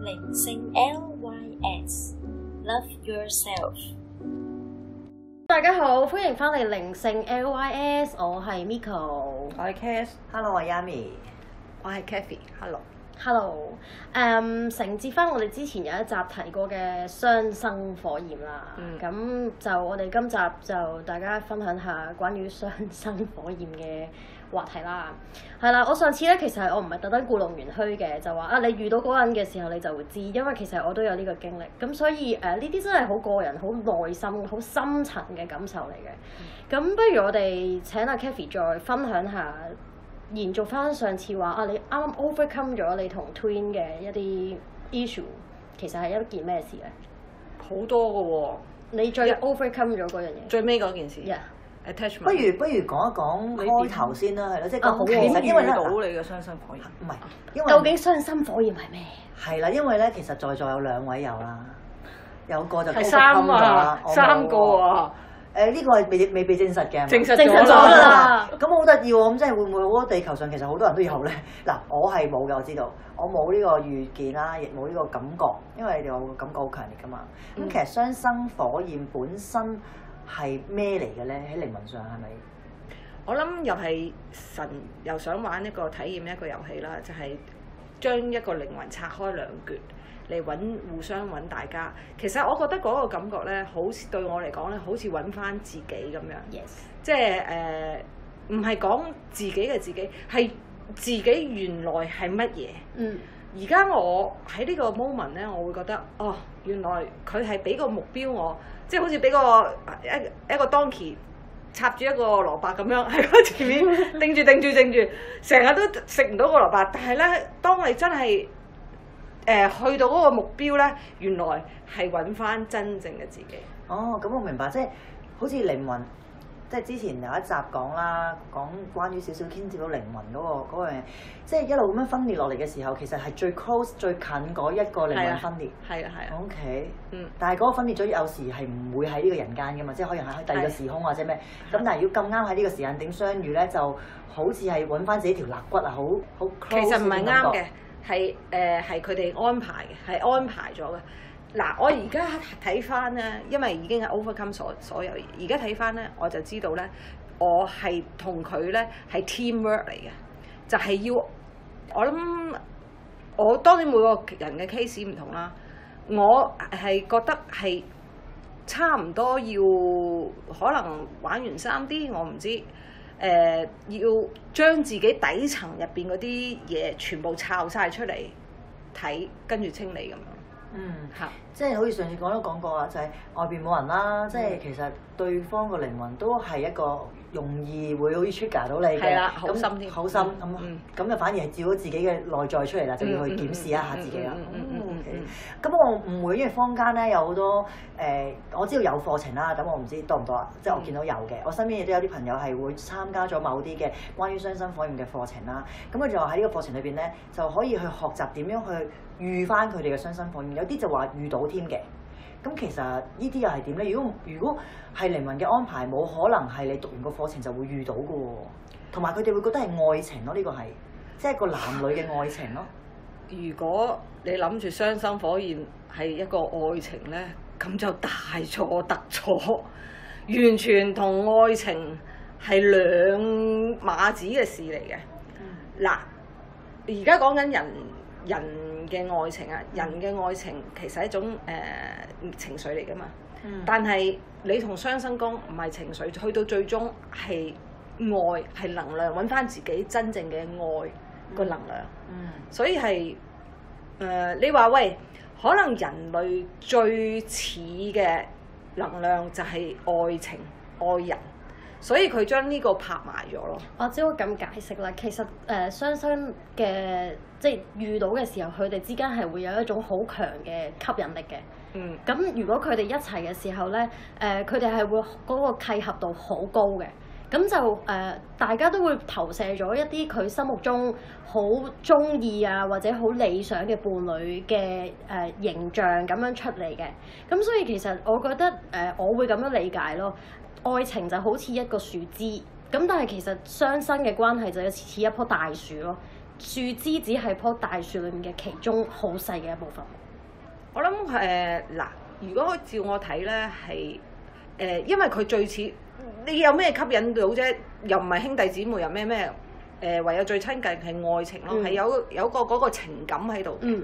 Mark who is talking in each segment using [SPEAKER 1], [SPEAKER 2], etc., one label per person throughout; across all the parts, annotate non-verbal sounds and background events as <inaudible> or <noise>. [SPEAKER 1] 靈性 LYS Love Yourself。
[SPEAKER 2] 大家好，歡迎翻嚟靈性 LYS，我係 Miko。
[SPEAKER 3] 我係 Cass。Hello，我係 Yami。我係 Kathy。Hello。
[SPEAKER 2] Hello，誒、承接翻我哋之前有一集提過嘅雙生火焰啦，
[SPEAKER 3] 嗯
[SPEAKER 2] 咁、就我哋今集就大家分享下關於雙生火焰嘅話題啦。係啦，我上次咧其實係我唔係特登故弄玄虛嘅，就話啊你遇到嗰個人嘅時候你就會知，因為其實我都有呢個經歷，咁所以誒呃呢啲真係好個人、好內心、好深層嘅感受嚟嘅。咁不如我哋請阿 Kathy 再分享下，延續翻上次話啊，你啱啱 overcome 咗你同 twin 嘅一啲 issue，其實係一件咩事咧？
[SPEAKER 3] 好多嘅喎、
[SPEAKER 2] 你最
[SPEAKER 3] Yeah.
[SPEAKER 2] overcome 咗嗰樣嘢
[SPEAKER 3] 最尾嗰件事。
[SPEAKER 2] ，yeah，
[SPEAKER 3] attachment。
[SPEAKER 4] 不如不如講一講
[SPEAKER 3] 你
[SPEAKER 4] 開
[SPEAKER 3] 點哦
[SPEAKER 4] 頭先啦，係咯，即係
[SPEAKER 2] 啊好
[SPEAKER 4] 講
[SPEAKER 2] 啊
[SPEAKER 4] 其
[SPEAKER 3] 點
[SPEAKER 4] 實因為咧，
[SPEAKER 3] 遇到
[SPEAKER 4] 嗱
[SPEAKER 3] 你嘅雙生火焰？
[SPEAKER 4] 唔係因
[SPEAKER 2] 究
[SPEAKER 4] 為
[SPEAKER 2] 竟傷心火焰係咩？
[SPEAKER 4] 係啦，因為咧其實在座有兩位有啦，有個就
[SPEAKER 3] 係
[SPEAKER 4] overcome
[SPEAKER 3] 三
[SPEAKER 4] 咗啦
[SPEAKER 3] 啊，三個！啊，
[SPEAKER 4] 我冇誒呢個係未未被證實嘅，
[SPEAKER 3] 證實
[SPEAKER 2] 證實
[SPEAKER 3] 咗
[SPEAKER 2] 咗啦
[SPEAKER 3] 啦。
[SPEAKER 4] 咁好得意喎！咁即係會唔會好多地球上其實好多人都有咧？嗱，我係冇嘅，我知道，我冇呢個預見啦，亦冇呢個感覺，因為你話個感覺好強烈噶嘛。咁、
[SPEAKER 3] 嗯
[SPEAKER 4] 其實雙生火焰本身係咩嚟嘅咧？喺靈魂上係咪？
[SPEAKER 3] 我諗又係神又想玩一個體驗一個遊戲啦，就係、將一個靈魂拆開兩橛嚟揾互相揾大家。其實我覺得嗰個感覺咧，好似對我嚟講咧，好似揾翻自己咁樣。
[SPEAKER 2] Yes，
[SPEAKER 3] 即係誒，呃唔係講自己嘅自己，係自己原來係乜嘢。
[SPEAKER 2] 嗯，
[SPEAKER 3] 而家我喺呢個 moment 咧，我會覺得哦，原來佢係俾個目標我，即係好似俾個一一個 donkey 插住一個蘿蔔咁樣 <laughs> 喺個前面定住定住定住，成日都食唔到個蘿蔔。但係咧，當你真係誒、呃去到嗰個目標咧，原來係揾翻真正嘅自己。
[SPEAKER 4] 哦，咁我明白，即係好似靈魂，即係之前有一集講啦，講關於少少牽涉到靈魂嗰、個嗰樣嘢，即係一路咁樣分裂落嚟嘅時候，其實係最 close 最近嗰一個靈
[SPEAKER 3] 係
[SPEAKER 4] 魂
[SPEAKER 3] 啊
[SPEAKER 4] 分裂。
[SPEAKER 3] 係啊係啊，
[SPEAKER 4] O K，
[SPEAKER 3] 嗯
[SPEAKER 4] 但係嗰個分裂咗有時係唔會喺呢個人間噶嘛，即係可能喺第二個
[SPEAKER 3] 係
[SPEAKER 4] 時空或者咩。咁但係如果咁啱喺呢個時間點相遇咧，就好似係揾翻自己條肋骨啊，好好 close
[SPEAKER 3] 其實唔
[SPEAKER 4] 嘅
[SPEAKER 3] 係啱
[SPEAKER 4] 感
[SPEAKER 3] 嘅
[SPEAKER 4] 覺。，
[SPEAKER 3] 係誒係佢哋安排嘅，係安排咗嘅。嗱，我而家睇翻咧，因為已經係 overcome 所所有嘢，而家睇翻咧，我就知道咧，我係同佢咧係 teamwork 嚟嘅，就係、要我諗，我當然每個人嘅 case 唔同啦，我係覺得係差唔多要可能玩完三 D，我唔知。誒、要將自己底層入邊嗰啲嘢全部抄晒出嚟睇，跟住清理咁樣
[SPEAKER 4] 嗯。
[SPEAKER 3] 嚇。
[SPEAKER 4] 即係好似上次講都講過啊，就係、外邊冇人啦，即
[SPEAKER 3] 嗯
[SPEAKER 4] 係其實對方個靈魂都係一個容易會好似 trigger 到你嘅，
[SPEAKER 3] 係啦
[SPEAKER 4] 咁
[SPEAKER 3] 好心添
[SPEAKER 4] 好心咁
[SPEAKER 3] 嗯嗯
[SPEAKER 4] 咁就反而係照到自己嘅內在出嚟啦，就要去檢視一下自己啦。
[SPEAKER 3] 嗯
[SPEAKER 4] 哦
[SPEAKER 3] 嗯嗯嗯嗯嗯
[SPEAKER 4] OK 咁我唔會，因為坊間咧有好多誒、呃我知道有課程啦，咁我唔知多唔多啊。即係我見到有嘅，我身邊亦都有啲朋友係會參加咗某啲嘅關於雙生火焰嘅課程啦。咁佢就話喺呢個課程裏邊咧，就可以去學習點樣去遇翻佢哋嘅雙生火焰。有啲就話遇到添嘅。咁其實呢啲又係點咧？如果如果係靈魂嘅安排，冇可能係你讀完個課程就會遇到嘅喎。同埋佢哋會覺得係愛情咯，呢、個係即係個男女嘅愛情咯。
[SPEAKER 3] 如果你諗住雙生火焰係一個愛情呢，咁就大錯特錯，完全同愛情係兩碼子嘅事嚟嘅。嗱，而家講緊人人嘅愛情啊，人嘅愛情其實係一種誒、呃情緒嚟噶嘛。
[SPEAKER 4] 嗯
[SPEAKER 3] 但係你同雙生光唔係情緒，去到最終係愛，係能量，揾翻自己真正嘅愛個能量。
[SPEAKER 4] 嗯
[SPEAKER 3] 所以係誒、呃你話喂，可能人類最似嘅能量就係愛情、愛人，所以佢將呢個拍埋咗咯。
[SPEAKER 2] 我只會咁解釋啦。其實誒、雙生嘅即係遇到嘅時候，佢哋之間係會有一種好強嘅吸引力嘅。
[SPEAKER 3] 嗯，
[SPEAKER 2] 咁如果佢哋一齊嘅時候咧，誒佢哋係會嗰個契合度好高嘅，咁就誒、呃大家都會投射咗一啲佢心目中好中意啊或者好理想嘅伴侶嘅誒、呃形象咁樣出嚟嘅，咁所以其實我覺得誒、呃我會咁樣理解咯，愛情就好似一個樹枝，咁但係其實雙生嘅關係就似一棵大樹咯。樹枝只係棵大樹裏面嘅其中好細嘅一部分。
[SPEAKER 3] 我諗誒嗱，如果照我睇咧，係誒、呃因為佢最似你有咩吸引到啫？又唔係兄弟姊妹，又咩咩誒，唯有最親近係愛情咯，
[SPEAKER 2] 嗯
[SPEAKER 3] 係、有有個嗰、個情感喺度，
[SPEAKER 2] 嗯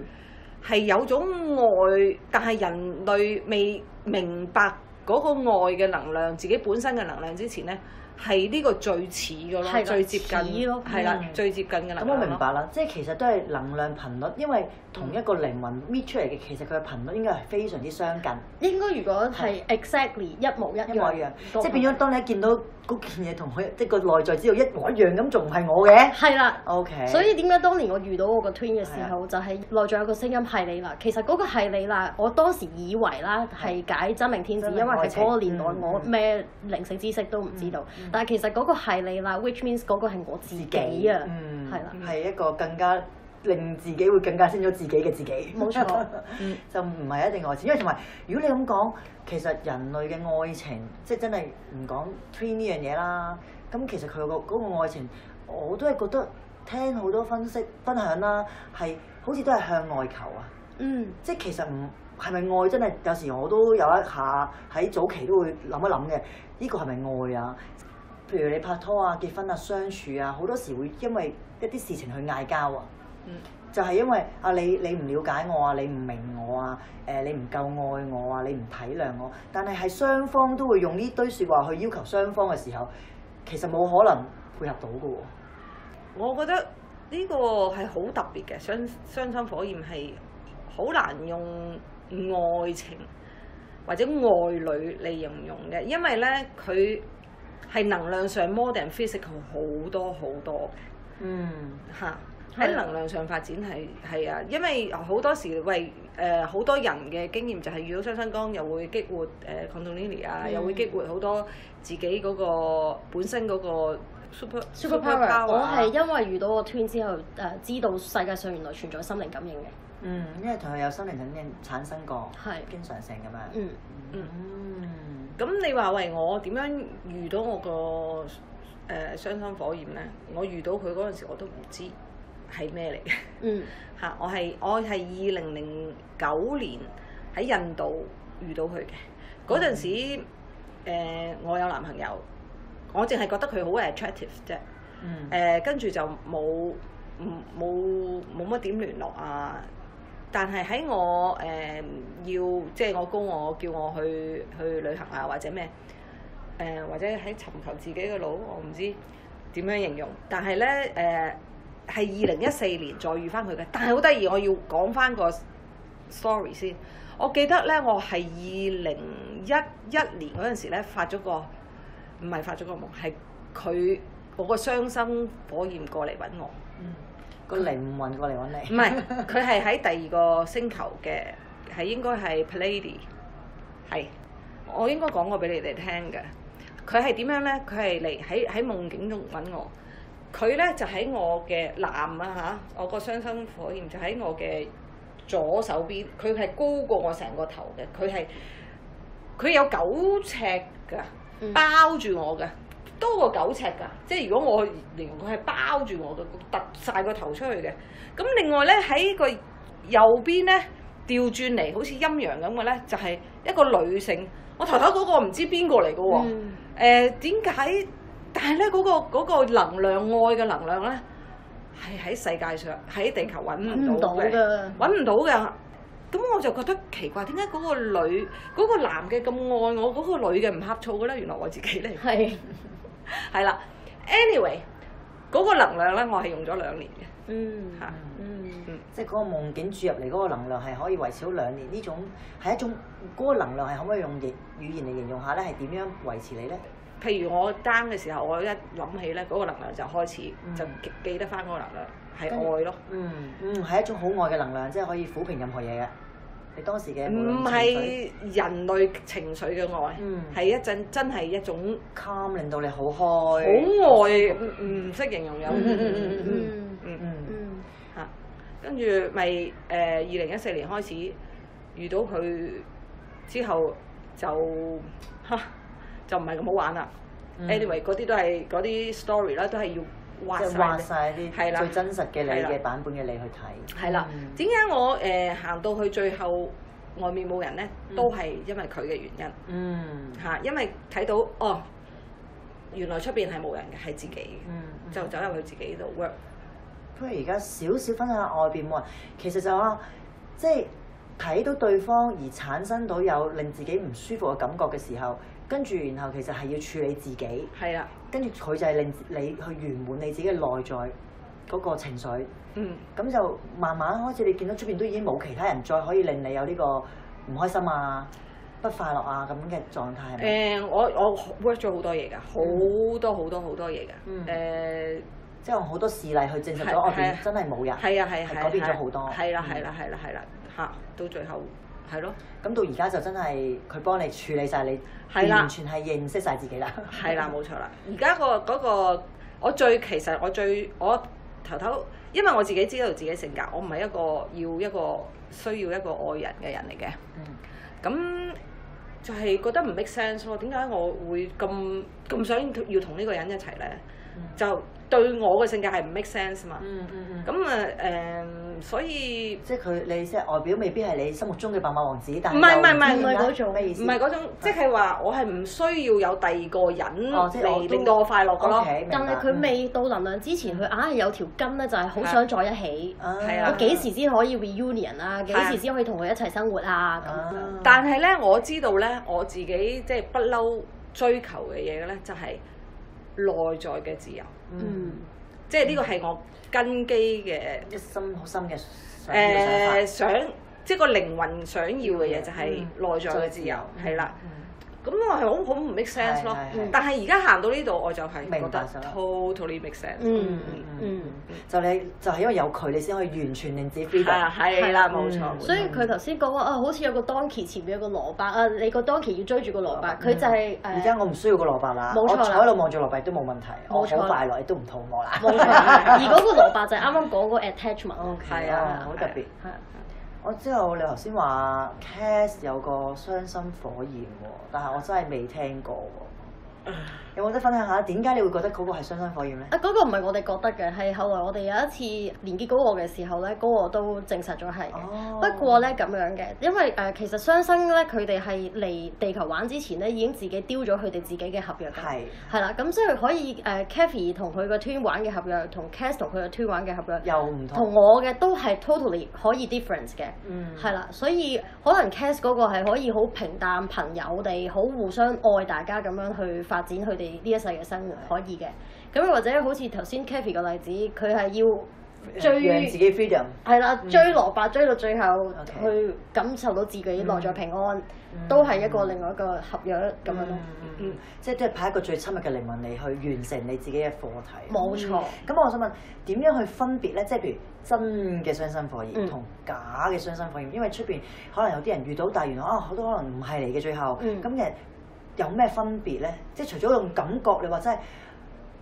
[SPEAKER 3] 係、有種愛，但係人類未明白嗰個愛嘅能量，自己本身嘅能量之前咧，係呢個最似嘅
[SPEAKER 2] 係啦
[SPEAKER 3] 咯，最接近
[SPEAKER 2] 似咯
[SPEAKER 3] 係啦
[SPEAKER 4] 嗯，
[SPEAKER 3] 最接近嘅能量
[SPEAKER 4] 咁
[SPEAKER 3] 咯
[SPEAKER 4] 我明白啦，即係其實都係能量頻率，因為同一個靈魂搣出嚟嘅，其實佢嘅頻率應該係非常之相近，
[SPEAKER 2] 應該如果係 exactly 一模一樣，
[SPEAKER 4] 一模一樣。即係變
[SPEAKER 2] 多
[SPEAKER 4] 咗，當你一見到嗰件嘢同佢即係個內在知道一模一樣咁，仲唔係我嘅
[SPEAKER 2] 係啦。
[SPEAKER 4] ？O K。
[SPEAKER 2] 所以點解當年我遇到我個 twin 嘅時
[SPEAKER 4] 啊
[SPEAKER 2] 候，就係內在有個聲音係你啦。其實嗰個係你啦，我當時以為啦係解真命天子，
[SPEAKER 4] 真
[SPEAKER 2] 因為
[SPEAKER 4] 命
[SPEAKER 2] 係
[SPEAKER 4] 愛情
[SPEAKER 2] 嗰個年代
[SPEAKER 4] 嗯
[SPEAKER 2] 我
[SPEAKER 4] 嗯
[SPEAKER 2] 咩靈性知識都唔知道。但係其實嗰個係你啦，which means 嗰個係我自己啊，
[SPEAKER 4] 嗯，
[SPEAKER 2] 係啦，
[SPEAKER 4] 係一個更加令自己會更加清楚自己嘅自己。
[SPEAKER 2] 冇
[SPEAKER 4] <laughs>
[SPEAKER 2] 錯。
[SPEAKER 3] 嗯
[SPEAKER 4] 就唔係一定愛情，因為同埋如果你咁講，其實人類嘅愛情即係真係唔講 twin 呢樣嘢啦。咁其實佢個嗰個愛情，我都係覺得聽好多分析分享啦，係好似都係向外求啊。
[SPEAKER 2] 嗯，
[SPEAKER 4] 即係其實唔係咪愛真係有時我都有一下喺早期都會諗一諗嘅，呢個係咪愛啊？譬如你拍拖啊、結婚啊、相處啊，好多時會因為一啲事情去嗌交啊。
[SPEAKER 3] 嗯
[SPEAKER 4] 就係因為啊，你你唔了解我啊，你唔明我啊，誒、你唔夠愛我啊，你唔體諒我，但係係雙方都會用呢堆説話去要求雙方嘅時候，其實冇可能配合到嘅喎。
[SPEAKER 3] 我覺得呢個係好特別嘅，雙雙心火焰係好難用愛情或者愛侶嚟形容嘅，因為咧佢係能量上 more than physical 好多好多
[SPEAKER 4] 嗯，
[SPEAKER 3] 嘅嚇。
[SPEAKER 2] 係
[SPEAKER 3] 喺能量上發展係係啊，因為好多時喂誒好、多人嘅經驗就係遇到雙生光又會激活誒 c o n d o l i n i 啊，
[SPEAKER 2] 嗯
[SPEAKER 3] 又會激活好多自己嗰個本身嗰個 super
[SPEAKER 2] superpower，
[SPEAKER 3] superpower
[SPEAKER 2] 我
[SPEAKER 3] 啊
[SPEAKER 2] 係因為遇到個 twin 之後，誒、知道世界上原來存在心靈感應嘅，
[SPEAKER 4] 嗯，因為同佢有心靈感應產生過，
[SPEAKER 2] 係，
[SPEAKER 4] 經常性咁樣。
[SPEAKER 2] 嗯，
[SPEAKER 4] 嗯，
[SPEAKER 3] 咁你話喂我點樣遇到我個誒雙生火焰咧？我遇到佢嗰陣時我都唔知係咩嚟嘅 <laughs>
[SPEAKER 2] 嗯，
[SPEAKER 3] 嚇，我係我係二零零九年喺印度遇到佢嘅嗰陣時、呃我有男朋友，我淨係覺得佢好 attractive 啫。
[SPEAKER 4] 嗯
[SPEAKER 3] 誒、，跟住就冇唔冇冇乜點聯絡啊！但係喺我誒、要即係我高我叫我去去旅行啊，或者咩誒、或者喺尋求自己嘅路，我唔知點樣形容。但係咧誒，係二零一四年再遇翻佢嘅，但係好得意，我要講翻個 story 先。我記得咧，我係二零一一年嗰陣時咧發咗個唔係發咗個夢，係佢我個傷心火焰過嚟揾我，
[SPEAKER 4] 嗯個靈魂過嚟揾你。
[SPEAKER 3] 唔係佢係喺第二個星球嘅，係應該係 Pallady，係我應該講過俾你哋聽嘅。佢係點樣咧？佢係嚟喺喺夢境中揾我，佢咧就喺我嘅男啊嚇，我個傷心火焰就喺我嘅左手邊，佢係高過我成個頭嘅，佢係佢有九尺㗎。
[SPEAKER 2] 嗯
[SPEAKER 3] 包住我嘅，多過九尺㗎。即係如果我形容佢係包住我嘅，突晒個頭出去嘅。咁另外咧喺個右邊咧調轉嚟，好似陰陽咁嘅咧，就係、一個女性。我頭頭嗰個唔知邊個嚟嘅喎。
[SPEAKER 2] 嗯
[SPEAKER 3] 誒點解？但係咧嗰個嗰、個能量愛嘅能量咧，係喺世界上喺地球揾
[SPEAKER 2] 揾
[SPEAKER 3] 唔
[SPEAKER 4] 嗯
[SPEAKER 2] 唔
[SPEAKER 3] 到
[SPEAKER 2] 到
[SPEAKER 3] 嘅。
[SPEAKER 2] 㗎，
[SPEAKER 3] 揾唔到㗎。咁我就覺得奇怪，點解嗰個女嗰、個男嘅咁愛我，嗰、個女嘅唔呷醋嘅咧？原來我自己嚟， <laughs>
[SPEAKER 2] 係，
[SPEAKER 3] 係啦。anyway，嗰個能量咧，我係用咗兩年嘅
[SPEAKER 2] 嗯
[SPEAKER 3] 嚇。
[SPEAKER 2] 嗯
[SPEAKER 4] 即係嗰個夢境注入嚟嗰個能量係可以維持到兩年，呢種係一種嗰、個能量係可唔可以用言語言嚟形容下咧？係點樣維持你咧？
[SPEAKER 3] 譬如我 down 嘅時候，我一諗起咧，嗰、個能量就開始、
[SPEAKER 4] 嗯
[SPEAKER 3] 就記記得翻嗰個能量係
[SPEAKER 4] 跟住
[SPEAKER 3] 愛咯，
[SPEAKER 4] 嗯嗯，係一種好愛嘅能量，即係可以撫平任何嘢嘅。你當時嘅無論
[SPEAKER 3] 唔係人類情緒嘅愛，係、
[SPEAKER 4] 嗯
[SPEAKER 3] 一陣真係一種
[SPEAKER 4] calm 令到你好開，
[SPEAKER 3] 好愛，唔唔識形容有。
[SPEAKER 4] 嗯嗯嗯嗯
[SPEAKER 2] 嗯
[SPEAKER 3] 嗯
[SPEAKER 4] 嗯
[SPEAKER 2] 嗯
[SPEAKER 3] 嚇，跟住咪誒二零一四年開始遇到佢之後就嚇就唔係咁好玩啦。
[SPEAKER 4] 嗯
[SPEAKER 3] anyway 嗰啲都係嗰啲 story 啦，都係要畫
[SPEAKER 4] 即係
[SPEAKER 3] 晒
[SPEAKER 4] 畫
[SPEAKER 3] 你。
[SPEAKER 4] 晒啲
[SPEAKER 3] 係啦
[SPEAKER 4] 最真實嘅你
[SPEAKER 3] 係啦
[SPEAKER 4] 嘅版本嘅你去睇。
[SPEAKER 3] 係啦
[SPEAKER 4] 嗯，
[SPEAKER 3] 點解我誒行、到去最後外面冇人呢？
[SPEAKER 4] 嗯
[SPEAKER 3] 都係因為佢嘅原因。
[SPEAKER 4] 嗯
[SPEAKER 3] 嚇，因為睇到哦，原來出邊係冇人嘅，係自己嘅，
[SPEAKER 4] 嗯，嗯
[SPEAKER 3] 就走入去自己度 work。
[SPEAKER 4] 不如而家少少分享下外邊冇人，其實就話即係睇到對方而產生到有令自己唔舒服嘅感覺嘅時候，跟住然後其實係要處理自己，
[SPEAKER 3] 係啦，
[SPEAKER 4] 跟住佢就係令你去圓滿你自己嘅內在嗰個情緒，
[SPEAKER 3] 嗯，
[SPEAKER 4] 咁就慢慢開始你見到出邊都已經冇其他人再可以令你有呢個唔開心啊、不快樂啊咁嘅狀態係
[SPEAKER 3] 誒、
[SPEAKER 4] 咪？
[SPEAKER 3] 我我 work 咗好多嘢㗎，好多好多好多嘢㗎，誒、
[SPEAKER 4] 嗯即係用好多事例去證實咗
[SPEAKER 3] 係
[SPEAKER 4] 外
[SPEAKER 3] 係啊
[SPEAKER 4] 邊真係冇人，
[SPEAKER 3] 係啊係啊係
[SPEAKER 4] 係改變咗好多
[SPEAKER 3] 係啦
[SPEAKER 4] 嗯
[SPEAKER 3] 係啦係啦係啦，嚇，到最後係咯，
[SPEAKER 4] 咁到而家就真係佢幫你處理晒你，
[SPEAKER 3] 係啦
[SPEAKER 4] 完全係認識晒自己啦。
[SPEAKER 3] 係啦冇錯啦。而家個嗰個我最其實我最我頭頭，因為我自己知道自己性格，我唔係一個要一個需要一個愛人嘅人嚟嘅。
[SPEAKER 4] 嗯
[SPEAKER 3] 咁就係覺得唔 make sense 咯。點解我會咁咁想要同呢個人一齊咧？
[SPEAKER 4] 嗯
[SPEAKER 3] 就對我嘅性格係唔 make sense 嘛。
[SPEAKER 4] 嗯嗯嗯。
[SPEAKER 3] 咁啊誒，所以
[SPEAKER 4] 即係佢你即係外表未必係你心目中嘅白馬王子，但係
[SPEAKER 3] 唔係
[SPEAKER 4] 又
[SPEAKER 3] 唔係唔係
[SPEAKER 2] 唔係嗰種
[SPEAKER 4] 咩意
[SPEAKER 3] 唔
[SPEAKER 4] 思？啊
[SPEAKER 3] 係嗰種，即係話我係唔需要有第二個人
[SPEAKER 4] 哦即係我
[SPEAKER 3] 嚟
[SPEAKER 4] 都
[SPEAKER 3] 令到我快樂嘅
[SPEAKER 4] O
[SPEAKER 3] 咯。
[SPEAKER 4] K，明白哦嗯
[SPEAKER 2] 但係佢未到能量之前，佢硬係有條筋咧，就係好想在一起。
[SPEAKER 4] 嗯啊
[SPEAKER 3] 係啊
[SPEAKER 2] 我幾時先可以 reunion 啊？幾
[SPEAKER 3] 係啊
[SPEAKER 2] 時先可以同佢一齊生活啊？咁
[SPEAKER 4] 啊
[SPEAKER 2] 樣
[SPEAKER 3] 但係咧，我知道咧，我自己即係不嬲追求嘅嘢咧，就係內在嘅自由。
[SPEAKER 4] 嗯
[SPEAKER 2] 嗯，
[SPEAKER 3] 即係呢個係我根基嘅
[SPEAKER 4] 一心好深嘅想嗯
[SPEAKER 3] 誒
[SPEAKER 4] 要
[SPEAKER 3] 想即係個靈魂想要嘅嘢就係內在嘅自由，係啦。咁我係好好唔 make sense
[SPEAKER 4] 嗯係係
[SPEAKER 3] 咯嗯
[SPEAKER 4] 係。嗯
[SPEAKER 3] 但係而家行到呢度，我就係覺
[SPEAKER 4] 明白
[SPEAKER 3] 得
[SPEAKER 4] 咗
[SPEAKER 3] totally make sense。
[SPEAKER 2] 嗯
[SPEAKER 4] 嗯
[SPEAKER 2] 嗯。
[SPEAKER 4] 就你就係因為有佢，你先可以完全令自己 free 到
[SPEAKER 3] 啊，係啦，
[SPEAKER 2] 係
[SPEAKER 3] 冇錯
[SPEAKER 4] 嗯。
[SPEAKER 2] 所以佢頭先講話啊，好似有個 donkey 前面有個蘿蔔啊，你個 donkey 要追住個蘿蔔，佢就係
[SPEAKER 4] 嗯而家
[SPEAKER 2] 誒
[SPEAKER 4] 我唔需要個蘿蔔啦，
[SPEAKER 2] 冇
[SPEAKER 4] 我
[SPEAKER 2] 錯
[SPEAKER 4] 坐
[SPEAKER 2] 啦
[SPEAKER 4] 喺度望住蘿蔔都冇問題，我
[SPEAKER 2] 冇錯啦
[SPEAKER 4] 好快樂，亦都唔肚餓啦。
[SPEAKER 2] 冇錯，而嗰個蘿蔔就係啱啱講嗰個 attachment，
[SPEAKER 3] 係啊
[SPEAKER 4] 哦好特別。
[SPEAKER 2] 係啊
[SPEAKER 4] 我知道你頭先話 Cas 有個傷心火焰喎，但係我真係未聽過喎。有冇得分享下點解你會覺得嗰個係傷心火焰咧？
[SPEAKER 2] 啊，嗰個唔係我哋覺得嘅，係後來我哋有一次連結嗰個嘅時候咧，嗰個都證實咗係嘅。
[SPEAKER 4] 哦
[SPEAKER 2] 不過咧咁樣嘅，因為誒、呃其實雙生咧，佢哋係嚟地球玩之前咧，已經自己丟咗佢哋自己嘅合約㗎。
[SPEAKER 4] 係
[SPEAKER 2] 係啦，咁所以可以誒 k a t h y 同佢個 twin 玩嘅合約，同 Cass 同佢個 twin 玩嘅合約，
[SPEAKER 4] 又唔
[SPEAKER 2] 同
[SPEAKER 4] 同，
[SPEAKER 2] 我嘅都係 totally 可以 difference 嘅。
[SPEAKER 4] 嗯
[SPEAKER 2] 係啦，所以可能 Cass 嗰個係可以好平淡朋友哋，好互相愛大家咁樣去發展佢哋呢一世嘅生活，可以嘅。咁或者好似頭先 k a t h y 個例子，佢係要
[SPEAKER 4] 嗯讓
[SPEAKER 2] 追
[SPEAKER 4] 自己 freedom。
[SPEAKER 2] 係啦，追蘿蔔追到最後
[SPEAKER 4] 嗯 OK
[SPEAKER 2] 去感受到自己內在平安
[SPEAKER 4] 嗯，
[SPEAKER 2] 都係一個另外一個合約咁樣咯
[SPEAKER 4] 嗯。嗯嗯即係都係派一個最親密嘅靈魂嚟去完成你自己嘅課題。
[SPEAKER 2] 冇錯，
[SPEAKER 4] 咁我想問點樣去分別咧？即係譬如真嘅傷心火焰
[SPEAKER 2] 嗯
[SPEAKER 4] 同假嘅傷心火焰，因為出邊可能有啲人遇到，但係原來啊好多可能唔係嚟嘅最後，
[SPEAKER 2] 嗯
[SPEAKER 4] 咁其實有咩分別咧？即係除咗用感覺，你話真係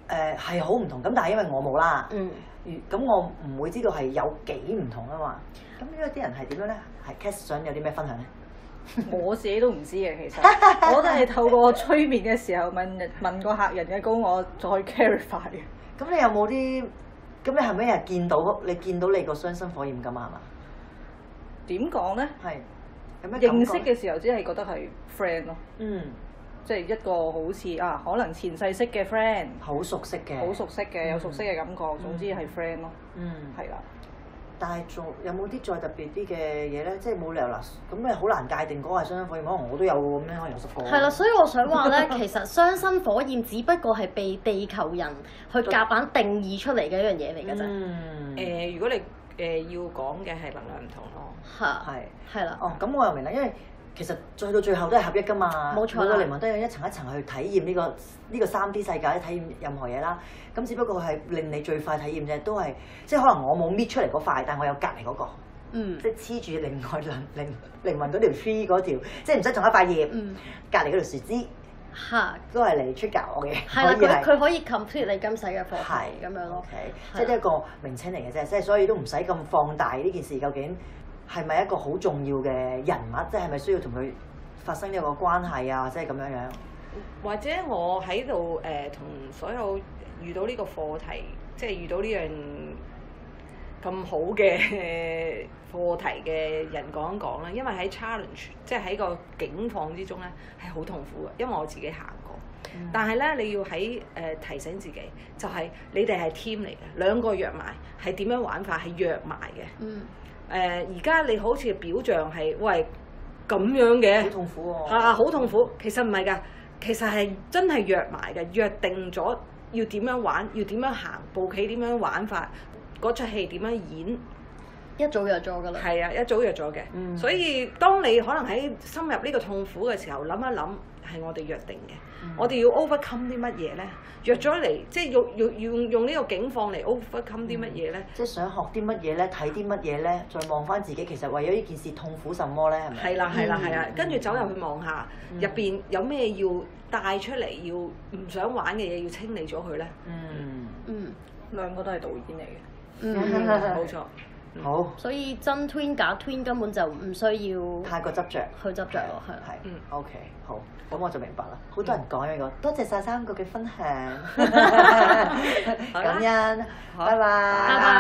[SPEAKER 4] 誒係好唔同，咁但係因為我冇啦，
[SPEAKER 2] 嗯。
[SPEAKER 4] 如咁、我唔會知道係有幾唔同啊嘛。咁呢啲人係點樣咧？係 Cass 想有啲咩分享咧？
[SPEAKER 5] 我自己都唔知嘅，其
[SPEAKER 4] <laughs>
[SPEAKER 5] 實我都係透過催眠嘅時候問問個客人嘅高我再 clarify 嘅。
[SPEAKER 4] 咁你有冇啲？咁你係咪日見到你見到你個傷心火焰㗎嘛？係嘛？
[SPEAKER 5] 點講呢？
[SPEAKER 4] 係有咩感
[SPEAKER 5] 認
[SPEAKER 4] 覺
[SPEAKER 5] 識嘅時候只係覺得係 friend 咯，
[SPEAKER 4] 嗯
[SPEAKER 5] 即係一個好似啊，可能前世識嘅 friend，
[SPEAKER 4] 好熟悉嘅，
[SPEAKER 5] 好熟悉嘅，有熟悉嘅感覺，總之係 friend 咯，
[SPEAKER 4] 嗯。
[SPEAKER 5] 係啦。
[SPEAKER 4] 但係仲有冇啲再特別啲嘅嘢咧？即係冇理由啦，咁你好難界定嗰個係雙生火焰，可能我都有喎，咁樣可能有十個。
[SPEAKER 2] 係啦，所以我想話咧，
[SPEAKER 4] <laughs>
[SPEAKER 2] 其實雙生火焰只不過係被地球人去夾硬定義出嚟嘅一樣嘢嚟嘅啫，
[SPEAKER 4] 嗯，
[SPEAKER 3] 誒，如果你誒要講嘅係能量唔同咯，
[SPEAKER 2] 嚇，
[SPEAKER 4] 係。
[SPEAKER 2] 係啦，
[SPEAKER 4] 哦，咁我又明啦，因為其實去到最後都係合一噶嘛，
[SPEAKER 2] 冇錯
[SPEAKER 4] 每
[SPEAKER 2] 啦
[SPEAKER 4] 個靈魂都有一層一層去體驗呢、個呢、個三 D 世界，體驗任何嘢啦。咁只不過係令你最快體驗啫，都係即係可能我冇搣出嚟嗰塊，但我有隔離嗰、個。
[SPEAKER 2] 嗯，
[SPEAKER 4] 即係黐住 <laughs> 另外靈靈靈魂嗰條 tree 嗰條，即係唔使同一塊葉，
[SPEAKER 2] 嗯
[SPEAKER 4] 隔離嗰條樹枝
[SPEAKER 2] 嚇，
[SPEAKER 4] 都係嚟出教我嘅，
[SPEAKER 2] 係啦，
[SPEAKER 4] 可以
[SPEAKER 2] 佢佢可以 complete 你今世嘅課
[SPEAKER 4] 係
[SPEAKER 2] 題咁樣咯
[SPEAKER 4] o，k 即係呢一個名稱嚟嘅啫，即係所以都唔使咁放大呢件事究竟係咪一個好重要嘅人物，即係係咪需要同佢發生一個關係啊，即係咁樣樣。
[SPEAKER 3] 呃或者我喺度誒同所有遇到呢個課題即係遇到呢樣咁好嘅 <laughs> 課題嘅人講一講啦，因為喺 challenge 即係喺個境況之中咧係好痛苦嘅，因為我自己行過。但係咧，你要喺誒、呃提醒自己，就係、你哋係 team 嚟嘅，兩個約埋係點樣玩法係約埋嘅。
[SPEAKER 2] 嗯，
[SPEAKER 3] 誒而家你好似表象係喂咁樣嘅，
[SPEAKER 4] 好痛苦喎。
[SPEAKER 3] 啊，好痛苦。其實唔係㗎，其實係真係約埋嘅，約定咗要點樣玩，要點樣行，步棋點樣玩法，嗰出戲點樣演，
[SPEAKER 2] 一早約咗㗎啦。
[SPEAKER 3] 係啊，一早約咗嘅。
[SPEAKER 4] 嗯
[SPEAKER 3] 所以當你可能喺深入呢個痛苦嘅時候，諗一諗係我哋約定嘅，
[SPEAKER 4] 嗯
[SPEAKER 3] 我哋要 overcome 啲乜嘢呢？約咗嚟，即係用用用用呢個境況嚟 overcome 啲乜嘢呢？
[SPEAKER 4] 即係想學啲乜嘢咧，睇啲乜嘢咧，再望翻自己，其實為咗呢件事痛苦什麼咧，係咪？
[SPEAKER 3] 係啦係啦係啦，啊跟住走入去望下入邊有咩要帶出嚟，要唔想玩嘅嘢要清理咗佢呢。
[SPEAKER 4] 嗯， <laughs>
[SPEAKER 2] 嗯
[SPEAKER 5] 兩個都係導演嚟嘅，
[SPEAKER 2] 嗯，
[SPEAKER 3] 冇錯，
[SPEAKER 4] 好，
[SPEAKER 2] 所以真 twin 假 twin 根本就唔需要去
[SPEAKER 4] 太過執着。
[SPEAKER 2] 執着咯，係啦。
[SPEAKER 4] 係
[SPEAKER 3] 嗯
[SPEAKER 4] ，OK，好，咁我就明白啦。好多人講呢
[SPEAKER 2] 嗯
[SPEAKER 4] 個，多
[SPEAKER 2] <laughs>
[SPEAKER 4] 謝晒三個嘅分享，
[SPEAKER 3] 好啦
[SPEAKER 4] 感恩，
[SPEAKER 3] 好
[SPEAKER 4] 拜拜，
[SPEAKER 2] 拜拜